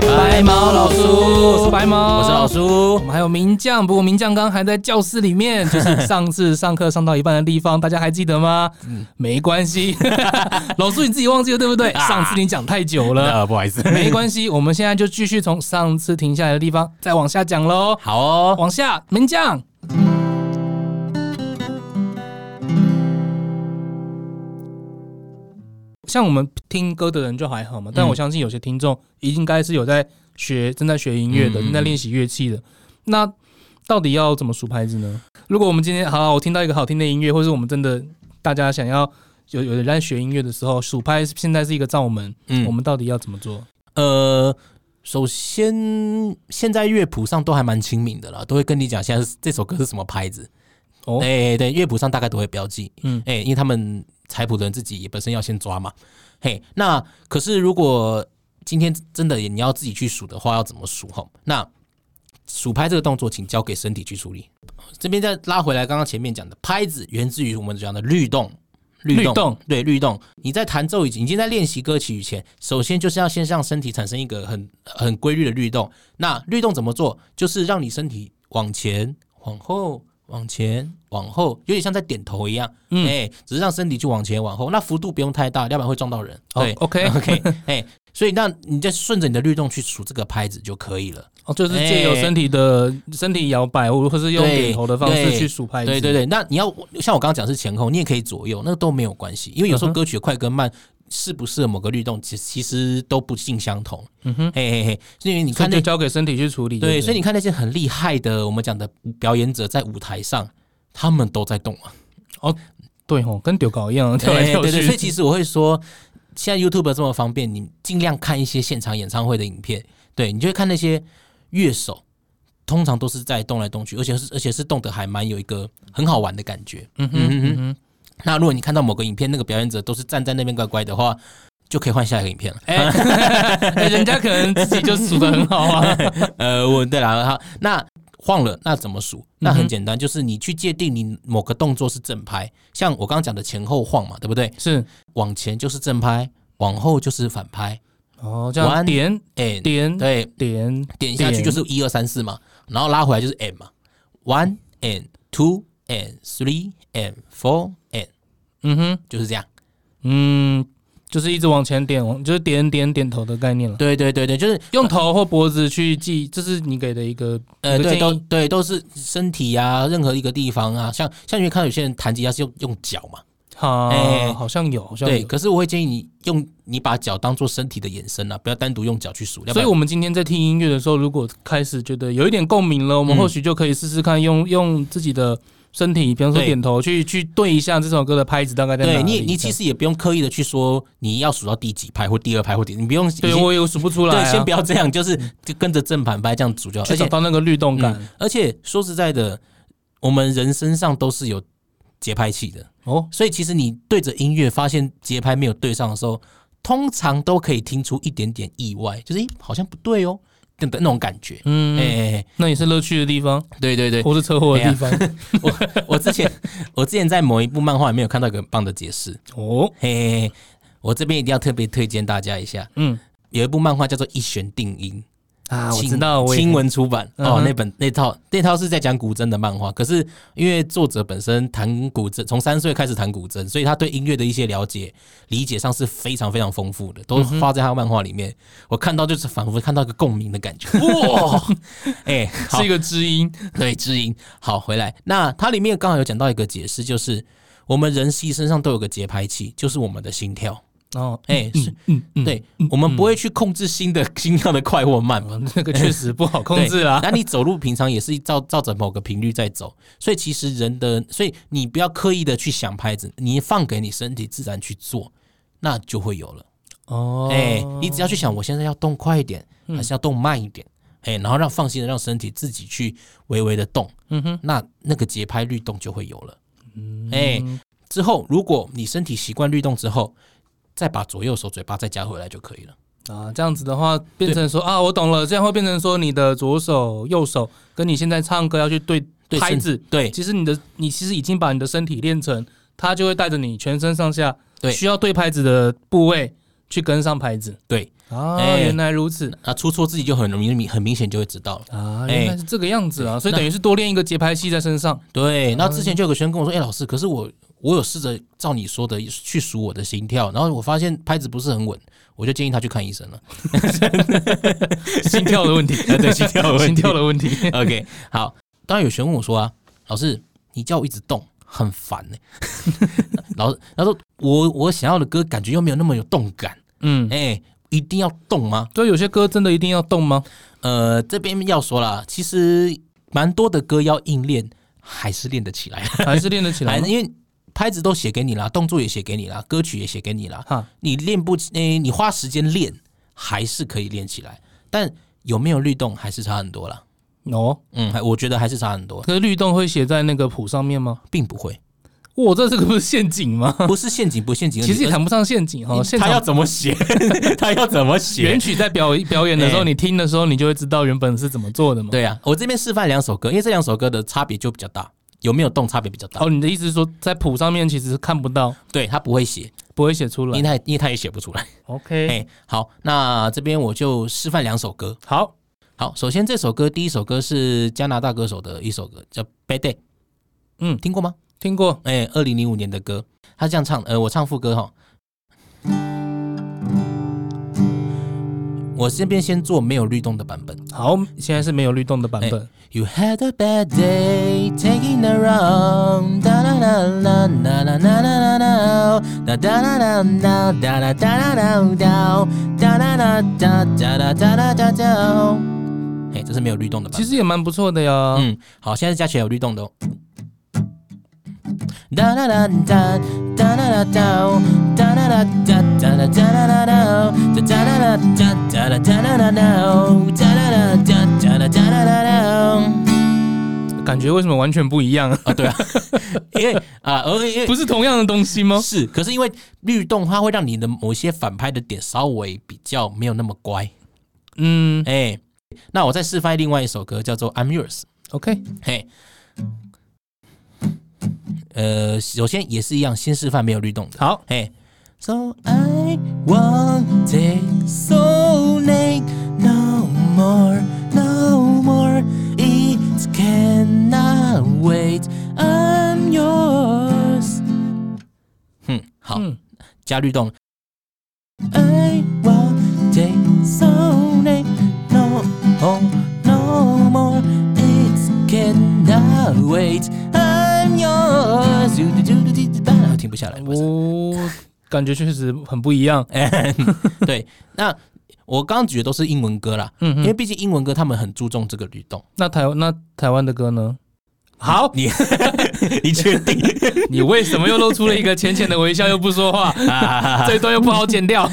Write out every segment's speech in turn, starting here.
白毛老叔我是白毛，我是老。我叔，们还有名将，不过名将刚刚还在教室里 面，就是上次上课上到一半的地方，大家还记得吗？没关系， 老叔你自己忘记了对不对？嗯啊上次你讲太久了，呃，不好意思，没关系，我们现在就继续从上次停下来的地方再往下讲喽。好哦，往下，名将，像我们听歌的人就还好嘛，但嗯我相信有些听众应该是有在学、正在学音乐的、嗯嗯正在练习乐器的。那到底要怎么数拍子呢？如果我们今天好，我听到一个好听的音乐，或是我们真的大家想要有有人在学音乐的时候，数拍现在是一个罩门，嗯，我我们们到底要怎么做？呃，首先现在乐谱上都还蛮亲民的啦，都会跟你讲现在是这首歌是什么拍子。哦哎、对，乐谱上大概都会标记。嗯哎、因为他们采谱的人自己也本身要先抓嘛。嘿，那可是如果今天真的你要自己去数的话，要怎么数？哈，那数拍这个动作，请交给身体去处理。这边再拉回来，刚刚前面讲的拍子源自于我们讲的律动。律律动对律动，你在弹奏以及已经在练习歌曲以前，首先就是要先让身体产生一个很很规律的律动。那律动怎么做？就是让你身体往前、往后、往前、往后，有点像在点头一样。哎、嗯只是让身体去往前、往后，那幅度不用太大，要不然会撞到人。哦对 OK OK，哎、所以那你就顺着你的律动去数这个拍子就可以了。哦，就是借由哎身体的、身体摇摆，或或是用对点头的方式对去数拍子。对对对，那你要像我刚刚讲是前后，你也可以左右，那都没有关系，因为有时嗯候哼歌曲的快跟慢。适不适合某个律动，其其实都不尽相同。嗯哼，嘿嘿嘿，所以你所看以那就交给身体去处理。对，不所以你看那些很厉害的，我们讲的表演者在舞台上，他们都在动啊，对吼，跟丢稿一样 跳来哎跳去。对对，所以其实我会说，现在 YouTube 这么方便，你尽量看一些现场演唱会的影片，对你就会看那些乐手，通常都是在动来动去，而且是而且是动得还蛮有一个很好玩的感觉。嗯哼嗯哼嗯哼，那如果你看到某个影片，那个表演者都是站在那边乖乖的话，就可以换下一个 影片了。哎，哎人家可能自己就数的很好 啊。呃，我对啦，好，那晃了，那怎么数？那嗯很哼简单，就是你去界定你某个动作是正拍，像我刚刚讲的前后晃嘛，对不对？是往前就是正拍，往后就是反拍。哦，这样 One 点 N 点对，点点下去就是一二三四嘛，然后拉回来就是 N 嘛，one N two N three N four N 嗯哼就是这样。嗯，就是一直往前点，往就是点点点头的概念了。对对对对，就是用头或脖子去记，这是你给的一个呃，一个对，建都议。对都是身体啊，任何一个地方啊，像像你会看到有些人弹吉他是用用脚嘛，好哎，好像有，好像对，有。可是我会建议你用你把脚当做身体的延伸啊，不要单独用脚去数。要不所以，然我们今天在听音乐的时候，如果开始觉得有一点共鸣了，我们嗯或许就可以试试看用，用自己的身体，比方说对点头，去去对一下这首歌的拍子大概在哪里。对你，你这其样实也不用刻意的去说你要数到第几拍或第二拍或第，你不用对我有数不出来、啊，对，先不要这样，就是就跟着正反拍这样组就好。去而找且到那个律动感。嗯而且说实在的，我们人身上都是有节拍器的，哦，所以其实你对着音乐发现节拍没有对上的时候，通常都可以听出一点点意外，就是诶好像不对哦，等等那种感觉。嗯，哎、哎那也是乐趣的地方，哎对对 对，哎或是车祸的地方。我之前我之前在某一部漫画里面有看到一个很棒的解释，哦，嘿嘿嘿，我这边一定要特别推荐大家一下，嗯有一部漫画叫做《一弦定音啊，》，我新知道，我也新文出版、嗯哦哼，那本那套那套是在讲古筝的漫画，可是因为作者本身弹古筝，从三岁开始弹古筝，所以他对音乐的一些了解理解上是非常非常丰富的，都嗯花在他的漫画里面。我看到就是仿佛看到一个共鸣的 感觉，哇，哎、好。是一个知音。对，知音。好，回来。那它里面刚好有讲到一个解释，就是我们人系身上都有个节拍器，就是我们的心跳。哦，哎、是，嗯嗯，对，我们不会去控制心的心跳的快或慢嘛。哦，那个确实不好控制啦。那你走路平常也是照照着某个频率在走，所以其实人的，所以你不要刻意的去想拍子，你放给你身体自然去做，那就会有了。哦，嗯哎、你只要去想，我现在要动快一点，还是要动慢一点？哎、然后让放心的让身体自己去微微的动，嗯哼，那那个节拍律动就会有了。哎、之后如果你身体习惯律动之后，再把左右手嘴巴再加回来就可以了。啊，这样子的话，变成说啊，我懂了，这样会变成说你的左手、右手跟你现在唱歌要去对对拍子，对其实你的你其实已经把你的身体练成，它就会带着你全身上下对需要对拍子的部位去跟上拍子对，啊，哎原来如此那出错自己就很容易明很明显就会知道了。啊，哎原来是这个样子啊，所以那等于是多练一个节拍器在身 上对，那之前就有个学生跟我说：“哎、老师，可是我我有试着照你说的去数我的心跳，然后我发现拍子不是很稳，我就建议他去看医生了。心跳的问题，啊 对心跳的问题心跳的问 题，” OK，好，当然有学生问我说啊，老师，你叫我一直动很烦呢、 老师，他说我我想要的歌感觉又没有那么有动感，嗯，哎、一定要动吗？所以有些歌真的一定要动吗？呃，这边要说啦，其实蛮多的歌要硬练，还是练得起来，还是练得起来 还吗？因为拍子都写给你啦，动作也写给你啦，歌曲也写给你啦，哈，你练不起，诶、你花时间练还是可以练起来，但有没有律动还是差很多啦。哦，嗯，还我觉得还是差 很多，可是律动会写在那个谱上面吗？并不会，哇，这这个不是陷阱吗？不是陷阱，不是陷阱问其题，实也谈不上陷阱而哈，是现他要场怎么写， 他要怎么 写原。曲在表表演的时候，哎你听的时候，你就会知道原本是怎么做的嘛。对啊，我这边示范两首歌，因为这两首歌的差别就比较大，有没有动差别比较大。哦，你的意思是说，在谱上面其实是看不到，对他不会写，不会写出因为来。他因为他也写不出来。 哎、 OK，好，那这边我就示范两首歌。好，好，首先这首歌，第一首歌是加拿大歌手的一首歌，叫《Bad Day》，嗯，听过吗？听过。哎、2二零零五年的歌，他这样唱，呃，我唱副歌哈。我这边先做没有律动的版本。好，现在是没有律动的哎版本。 You had a bad day taking a run. Da da da da da da da da da da da da da da da da da da da da da da da da da da da da。哎，这是没有律动的吧？其实也蛮不错的呀，嗯，好，现在加起来有律动的哦。哒哒哒哒哒哒哒哒哒哒哒哒哒哒哒哒哒哒哒哒哒哒哒哒哒哒哒哒哒哦哒哒哒哒哒哦哒。感觉为什么完全不一样？啊，对啊，因为啊，而因 为不是哦同样的东西吗？是，可是因为律动它会让你的某些反拍的点稍微比较没有那么乖，嗯哎、那我再示范另外一首歌，叫做《I'm Yours》。 ，OK，嘿，呃，首先也是一样，先示范没有律动的。好，嘿，So I want it so late, no more, no more, it cannot wait, I'm yours。嗯，Hmm, 好，嗯，加律动。I want it so late, no, oh, no more. It cannot wait. I'm yours. Ah, 停不下来，不是？我感觉确实很不一样。哎 对，那我刚刚举的都是英文歌啦，嗯因哼为，毕竟英文歌他们很注重这个律动。那台那台湾的歌 呢？好，你 你确 定？你为什么又露出了一个浅浅的微笑，又不说 话？这一段又不好剪掉。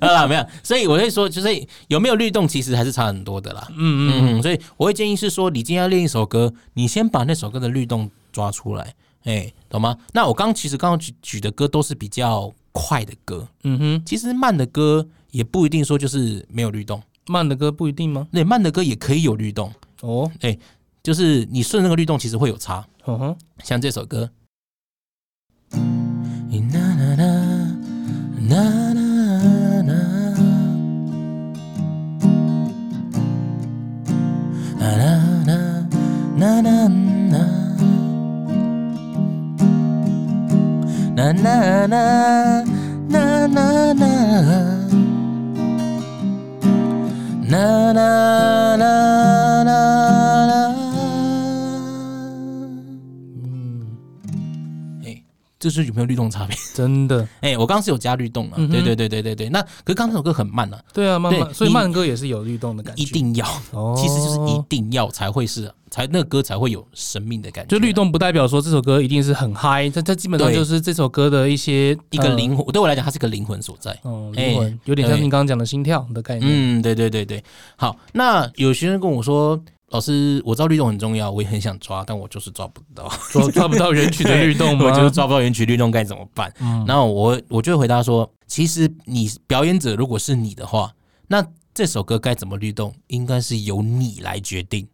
啊，没有，所以我会说，就是有没有律动，其实还是差很多的啦。嗯嗯，嗯，所以我会建议是说，你今天要练一首歌，你先把那首歌的律动抓出来，哎、懂吗？那我刚其实刚刚举举的歌都是比较快的歌，嗯哼，其实慢的歌也不一定说就是没有律动，慢的歌不一定吗？对，慢的歌也可以有律动，哦，就是你顺那个律动其实会有差，嗯哼，像这首歌。啦啦啦啦啦啦啦啦啦啦啦啦啦啦啦啦啦。啦啦啦啦啦！嗯，哎，这是有没有律动差别？真的，哎，我刚刚是有加律动啊，嗯哼对对对对对对。那可是刚刚那首歌很慢啊，对啊，慢慢，对所以你慢歌也是有律动的感觉。一，定要，哦，其实就是一定要才会是，才那个歌才会有生命的感觉，就律动不代表说这首歌一定是很嗨，它它基本上对就是这首歌的一些一个，呃灵魂。对我来讲，它是个灵魂所在。哦，哎灵魂，有点像对你刚刚讲的心跳的概念。嗯，对对对对。好，那有学生跟我说，老师，我知道律动很重要，我也很想抓，但我就是抓不 到，抓抓不到人群的律动吗？ 我就是抓不到原曲律动该怎么办？嗯，然后我我就回答说，其实你表演者如果是你的话，那这首歌该怎么律动，应该是由你来决定。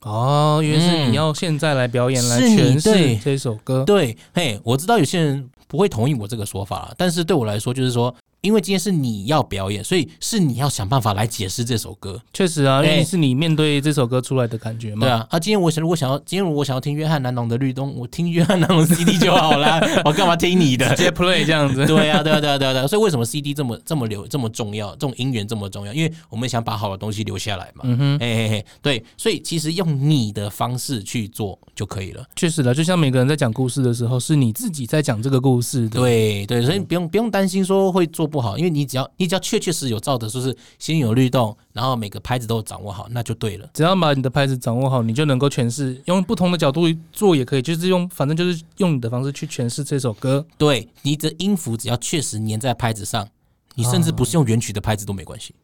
哦，原来是嗯你要现在来表演来是你诠对释这首歌。对，嘿，我知道有些人不会同意我这个说法，但是对我来说，就是说，因为今天是你要表演，所以是你要想办法来解释这首歌。确实啊，因哎为是你面对这首歌出来的感觉嘛。对啊，啊，今天我想如果想要，今天我想要听约翰南农的《律动》，我听约翰南农的 CD 就好 啦，我干嘛听你的？ 直接 play 这样子，对啊，对啊，对啊，对啊，对啊。所以为什么 CD 这么这么留这么重要，这种音源这么重要？因为我们想把好的东西留下来嘛。嗯哼，哎哎哎，对，所以其实用你的方式去做就可以了。确实了。就像每个人在讲故事的时候，是你自己在讲这个故事的。对对，所以嗯不用不用担心说会做不好，因为你只要你只要确确实实有照的，说是先有律动，然后每个拍子都有掌握好，那就对了。只要把你的拍子掌握好，你就能够诠释，用不同的角度做也可以，就是用反正就是用你的方式去诠释这首歌。对你的音符只要确实粘在拍子上，你甚至不是用原曲的拍子都没关系。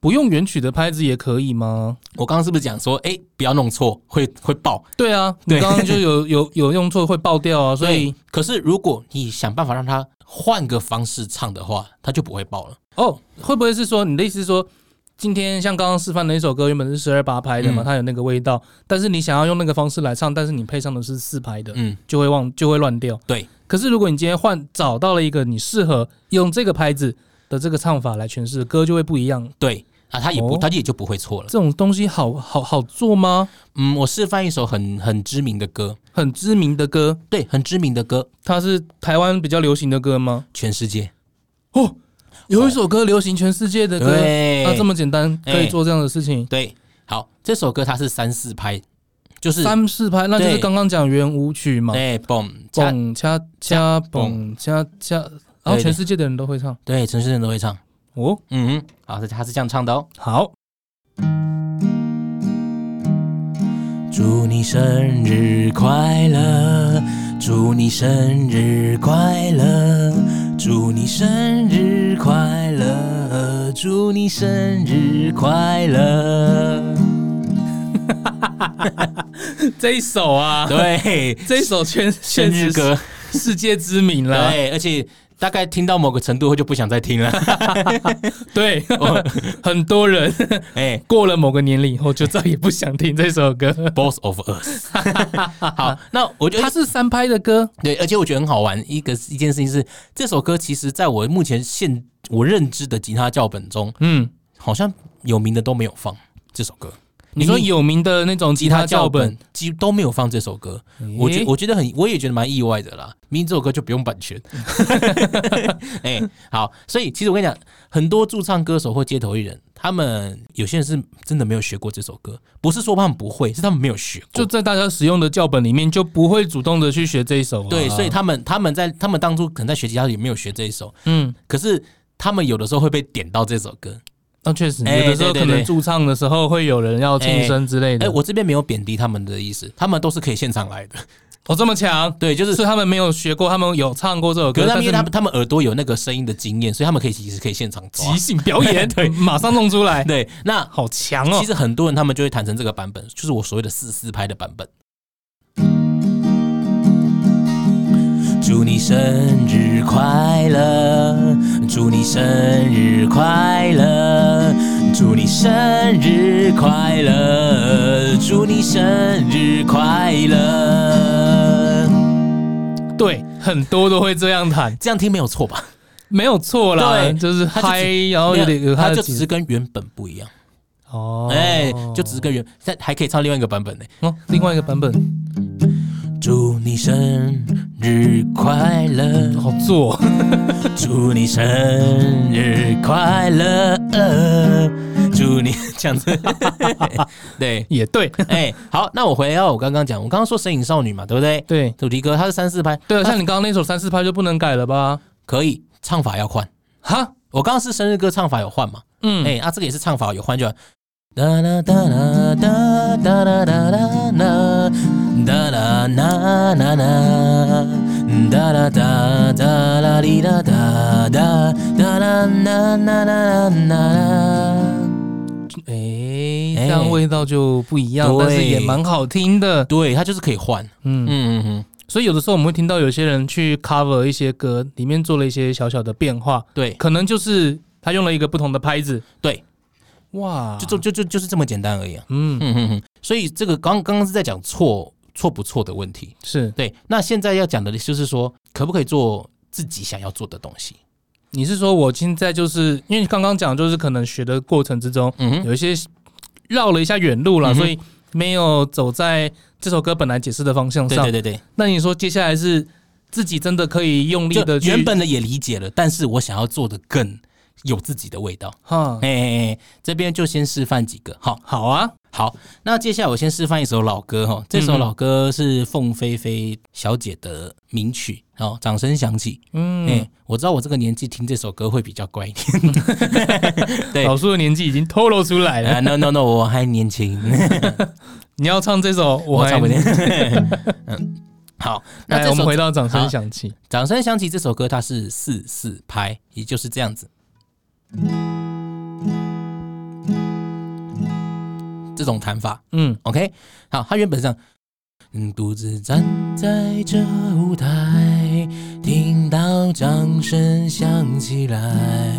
不用原曲的拍子也可以吗？我刚刚是不是讲说，哎，不要弄错，会会爆。对啊，你对刚刚就有有有用错会爆掉啊，所以对，可是如果你想办法让它换个方式唱的话，它就不会爆了。哦，会不会是说你的意思是说，今天像刚刚示范的一首歌原本是十二八拍的嘛，嗯它有那个味道，但是你想要用那个方式来唱，但是你配上的是四拍的，嗯，就会忘就会乱掉。对，可是如果你今天换找到了一个你适合用这个拍子的这个唱法来诠释歌，就会不一样。对啊，它也不，哦它也就不会错了。这种东西好好好做吗？嗯，我示范一首很很知名的歌，很知名的歌，对，很知名的歌，它是台湾比较流行的歌吗？全世界。哦，有一首歌流行全世界的歌，对，啊那这么简单哎可以做这样的事情，对，好，这首歌它是三四拍，就是三四拍，那就是对刚刚讲圆舞曲嘛，对嘣加蹦恰恰蹦恰恰，然后对全世界的人都会唱对，陈世仁都会唱。哦。嗯哼，好，他是这样唱的哦。好，祝你生日快乐，祝你生日快乐，祝你生日快乐，祝你生日快乐。这一首啊， 对， 这一首全生日歌，世界知名啦，对，而且大概听到某个程度后就不想再听了。 对，哦 很多人哎、过了某个年龄以后就再也不想听这首歌。 b o s s of Us。好， 那我觉 得它是三拍的歌，对，而且我觉得很好玩。一个一件事情是，这首歌其实在我目前现我认知的吉他教本中，嗯，好像有名的都没有放这首歌。你说有名的那种吉他教本，几乎都没有放这首歌，我觉诶我觉得很，我也觉得蛮意外的啦。明明这首歌就不用版权， 哎、好，所以其实我跟你讲，很多驻唱歌手或街头艺人，他们有些人是真的没有学过这首歌，不是说他们不会，是他们没有学就过，在大家使用的教本里面就不会主动的去学这一首啊。对，所以他们他们在他们当初可能在学吉他也没有学这一首，嗯，可是他们有的时候会被点到这首歌。那哦确实有哎的时候对对可能对驻唱的时候会有人要庆生之类哎、的。我这边没有贬低他们的意思，他们都是可以现场来的。我哦这么强，对，就是，是他们没有学过，他们有唱过这首可歌，是他们因为他但是们他们耳朵有那个声音的经验，所以他们可以其实可以现场抓即。兴表 演，对马上弄出 来，对，那好强哦其！实很多人他们就会弹成这个版本，就是我所谓的四四拍的版本。祝你生日快乐，祝你生日快乐，祝你生日快乐，祝你生日快乐。对，很多都会这样弹，这样听没有错吧？没有错啦，对就是他就只嗨，然哦后有点有它的就节只是跟原本不一样，哦，哎、就只是跟原，但还可以唱另外一个版本呢、哦，另外一个版本祝你生日快乐，好做，祝你生日快乐，呃祝你 这样子。对， 也对，哎、好，那我回哦到我刚刚讲，我刚刚说《神隐少女》嘛，对不对？ 对主题歌它是三四拍，对啊，像你刚刚那首三四拍就不能改了吧？可以唱法要换。哈，我刚刚是生日歌唱法有换嘛？嗯，哎、啊，这个也是唱法有换就好。哒啦哒啦哒哒啦哒啦啦哒啦啦啦啦哒啦哒哒啦哩啦哒哒哒啦啦啦啦啦啦。哎，哎这样味道就不一样，对但是也蛮好听的，对，它就是可以换。嗯。嗯嗯嗯，所以有的时候我们会听到有些人去 cover 一些歌，里面做了一些小小的变化，对可能就是他用了一个不同的拍子，对，哇，就就就就就是这么简单而已、啊。嗯嗯嗯嗯，所以这个刚刚刚是在讲错错不错的问题。是对，那现在要讲的就是说，可不可以做自己想要做的东西？你是说我现在就是因为你刚刚讲，就是可能学的过程之中嗯哼，有一些绕了一下远路了，嗯哼所以没有走在这首歌本来解释的方向对上。对对对，那你说接下来是自己真的可以用力的就去原本的也理解了，但是我想要做的更有自己的味道。哈哎、这边就先示范几个，好好啊，好。那接下来我先示范一首老歌哈，这首老歌是凤飞飞小姐的名曲，哦，掌声响起。嗯、嗯，我知道我这个年纪听这首歌会比较乖一点。对老叔的年纪已经透露出来了。 啊 no no no，我还年轻，你要唱这首，我 我还唱不见。嗯，好， 那来，这我们首回到掌声好响起。掌声响起这首歌，它是四四拍，也就是这样子。这种弹法嗯，OK，好，它原本是这样。嗯，独自站在这舞台，听到掌声响起来，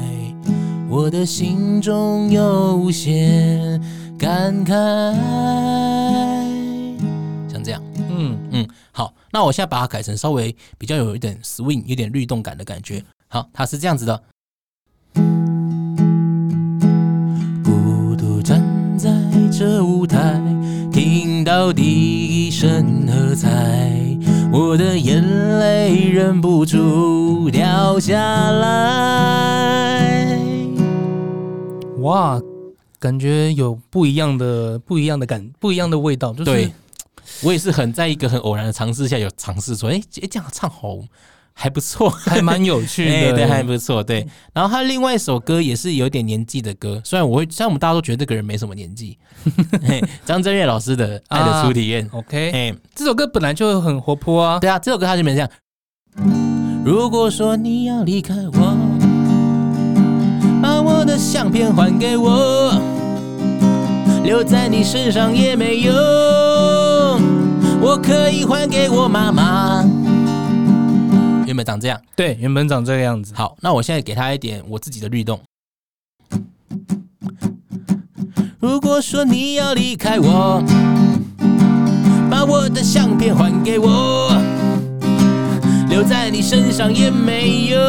我的心中有无限感慨。像这样。嗯，嗯，好，那我现在把它改成稍微比较有一点 swing、有点律动感的感觉。好，它是这样子的。孤独站在这舞台，听到第一声喝彩，我的眼泪忍不住掉下来。嗯哇，感觉有不一样的、不一样的感、不一样的味道，就是对，我也是很在一个很偶然的尝试下，有尝试说，哎、诶这样唱好还不错。还蛮有趣 哎的。对，还不错。对，然后他另外一首歌也是有点年纪的歌，虽然我会，虽然我们大家都觉得这个人没什么年纪， 嘿张震岳老师的《爱的初体验》哦 OK，、哎、这首歌本来就很活泼啊。对啊，这首歌他就没这样。如果说你要离开我，把我的相片还给我，留在你身上也没用。我可以还给我妈妈。原本长这样。对，原本长这个样子。好，那我现在给他一点我自己的律动。如果说你要离开我，把我的相片还给我，留在你身上也没用，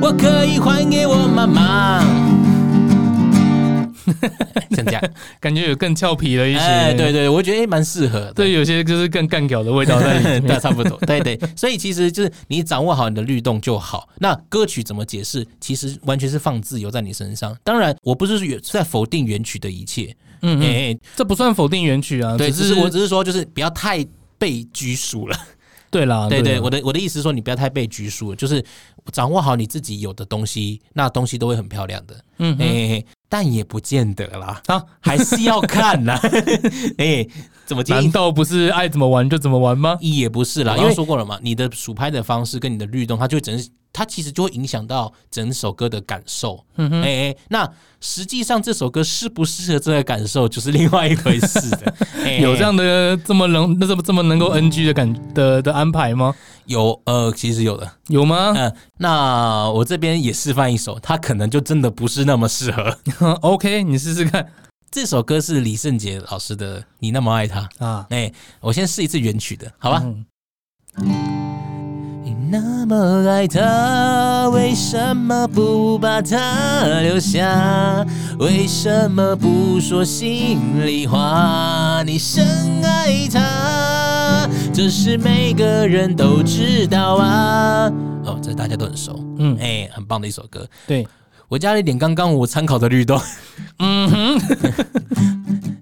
我可以还给我妈妈。 像这样，感觉有更俏皮了一些。哎，对对，我觉得哎蛮适合的。对，有些就是更干屌的味道在 里对，面。差不多，对对。所以其实就是你掌握好你的律动就好。那歌曲怎么解释，其实完全是放自由在你身上。当然，我不是在否定原曲的一切，嗯哎、嗯，这不算否定原曲啊，对，只只是我只是说，就是不要太被拘束了。对啦， 对啊对，啦我的我的意思是说，你不要太被拘束了，就是掌握好你自己有的东西，那东西都会很漂亮的。嗯哎、嗯但也不见得啦，啊，还是要看啦。 哎、怎么建议难道不是爱怎么玩就怎么玩吗？也不是啦，我因为刚说过了嘛，你的数拍的方式跟你的律动，它就会整，它其实就会影响到整首歌的感受。哎、哎，那实际上这首歌适不适合这个感受，就是另外一回事 的。哎嗯有这样的这么能那这么这么能够 NG 的感的的安排吗？有呃，其实有的。有吗嗯、那我这边也示范一首，它可能就真的不是那么适合。 ？OK，你试试看这首歌是李圣杰老师的《你那么爱他》。啊，哎、我先试一次原曲的，好吧？嗯你那么爱他，为什么不把他留下？为什么不说心里话？你深爱他，这是每个人都知道啊。哦，这大家都很熟，嗯哎、很棒的一首歌。对，我加了一点刚刚我参考的律动。 嗯哼，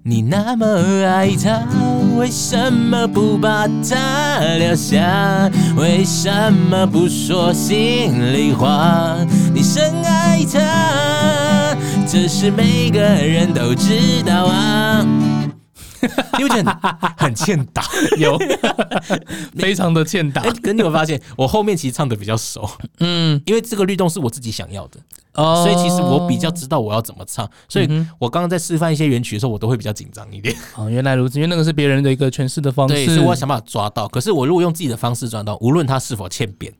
你那么爱他，为什么不把他留下？为什么不说心里话？你深爱他，这是每个人都知道 啊。你会觉得很很欠 打，有，非常的欠打哎、，可是你有没有发现，我后面其实唱的比较熟，嗯，因为这个律动是我自己想要的，哦所以其实我比较知道我要怎么唱，所以我刚刚在示范一些原曲的时候，我都会比较紧张一点。嗯哦，原来如此，因为那个是别人的一个诠释的方对，式，所以我要想办法抓到。可是我如果用自己的方式抓到，无论它是否欠 扁，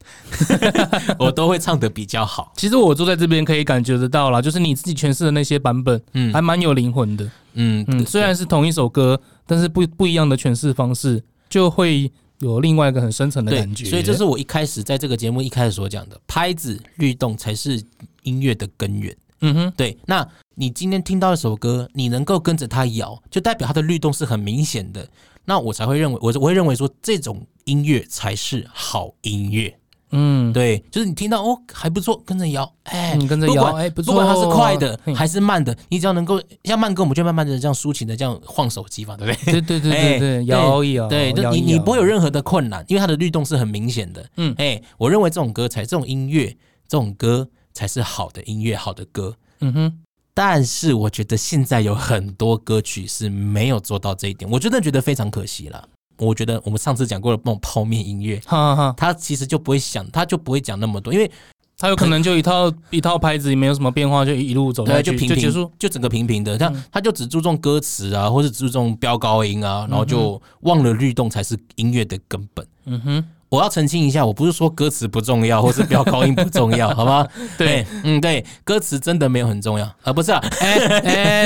我都会唱得比较好。其实我坐在这边可以感觉得到啦，就是你自己诠释的那些版本，嗯还蛮有灵魂的。嗯嗯，虽然是同一首歌，但是不不一样的诠释方式，就会有另外一个很深层的对感，觉。所以这是我一开始在这个节目一开始所讲的，拍子律动才是音乐的根源。嗯哼，对，那你今天听到一首歌，你能够跟着它摇，就代表它的律动是很明显的。那我才会认为，我我会认为说，这种音乐才是好音乐。嗯，对，就是你听到哦还不错，跟着摇，哎、嗯跟着不摇管哎不不管它是错嗯快的嘿还是慢的，你只要能够像慢歌，我们就慢慢的这样抒情的这样晃手机嘛，对不对？对对对哎对对，摇一摇，对，就摇你一你摇不会有任何的困难，因为它的律动是很明显的。嗯嗯，哎、我认为这种歌才这种音乐，这种歌才是好的音乐，好的歌。嗯哼，但是我觉得现在有很多歌曲是没有做到这一点，我真的觉得非常可惜了。我觉得我们上次讲过的那种泡面音乐，哈哈哈，它其实就不会想，它就不会讲那么多，因为他有可能就一套一套拍子，没有什么变化，就一路走下对，就去平就平结束。，就整个平平的。他嗯他就只注重歌词啊，或是只注重飙高音啊，然后就忘了律动才是音乐的根本。嗯哼，我要澄清一下，我不是说歌词不重要，或是飙高音不重要，好吗？ 对哎，嗯，对，歌词真的没有很重要啊，不是啊，哎、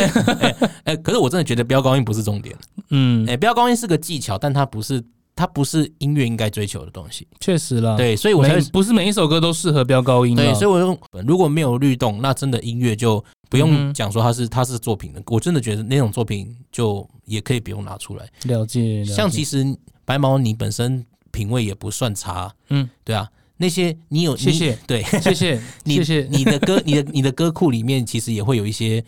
哎，哎可是我真的觉得飙高音不是重点，嗯 哎、，飙高音是个技巧，但它不是，它不是音乐应该追求的东西。确实啦，，对，所以我才每不是每一首歌都适合飙高音啦，对，所以我用如果没有律动，那真的音乐就不嗯用哼讲说它是它是作品了。我真的觉得那种作品就也可以不用拿出来。以了解，了解像其实白毛你本身品味也不算差，嗯，对啊，那些你有谢谢你对谢谢 你谢谢，你的歌你的你的歌库里面其实也会有一些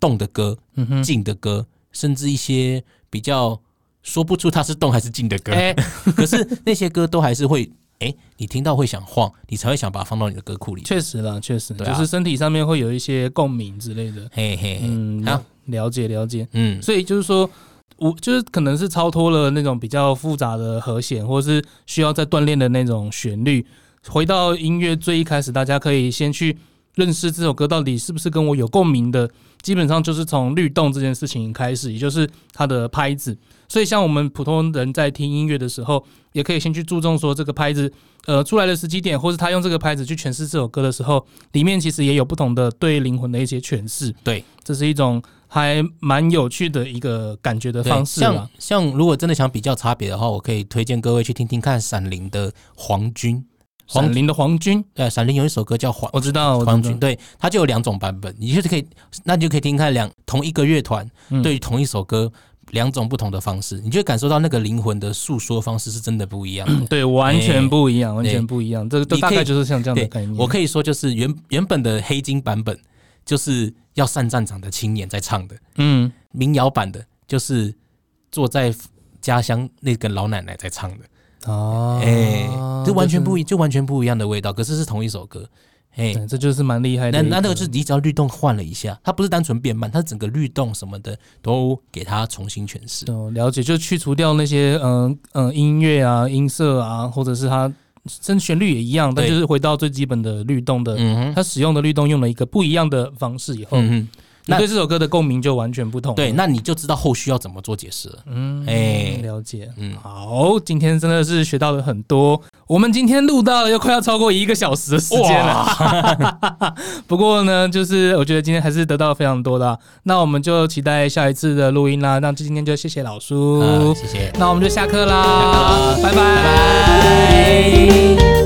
动的歌、嗯哼，静的歌，甚至一些比较说不出它是动还是静的歌，哎， 可是那些歌都还是会。哎，你听到会想晃，你才会想把它放到你的歌库里。确实啦，确实，对就啊是身体上面会有一些共鸣之类的。嘿嘿嘿，嗯，好了解了解。嗯，所以就是说，我就是可能是超脱了那种比较复杂的和弦，或是需要再锻炼的那种旋律，回到音乐最一开始，大家可以先去认识这首歌到底是不是跟我有共鸣的。基本上就是从律动这件事情开始，也就是它的拍子。所以，像我们普通人在听音乐的时候，也可以先去注重说这个拍子，呃，出来的时机点，或是他用这个拍子去诠释这首歌的时候，里面其实也有不同的对灵魂的一些诠释。对，这是一种还蛮有趣的一个感觉的对方式啊啦像。像如果真的想比较差别的话，我可以推荐各位去听听看《闪灵》的黄军。黄闪灵的黄军，呃，《闪灵》有一首歌叫《黄我知道，我黄知军》，道，对，它就有两种版本，你就是可以，那你就可以听看两同一个乐团嗯对于同一首歌两种不同的方式，你就会感受到那个灵魂的诉说方式是真的不一样 的。对，完全哎不一样，完对全不一样。这个这你大可以概就是像这样的对概念。我可以说，就是原原本的黑金版本就是要上战场的青年在唱的，嗯，民谣版的就是坐在家乡那个老奶奶在唱的。哦，哎、这完全不一，一，就完全不一样的味道。可是是同一首歌，哎、对这就是蛮厉害的那一。那那个就是你只要律动换了一下，它不是单纯变慢，它整个律动什么的都给它重新诠释。哦，了解，就去除掉那些嗯嗯音乐啊、音色啊，或者是它甚至旋律也一样，但对就是回到最基本的律动的，嗯哼，它使用的律动用了一个不一样的方式以后，嗯哼，你那对这首歌的共鸣就完全不同。对，，那你就知道后续要怎么做解释了。嗯，哎了解。嗯，好，今天真的是学到了很多。我们今天录到了又快要超过一个小时的时间了， 不过呢，就是我觉得今天还是得到非常多的啊。那我们就期待下一次的录音啦。那今天就谢谢老啊叔，谢谢。那我们就下课啦，拜拜。拜拜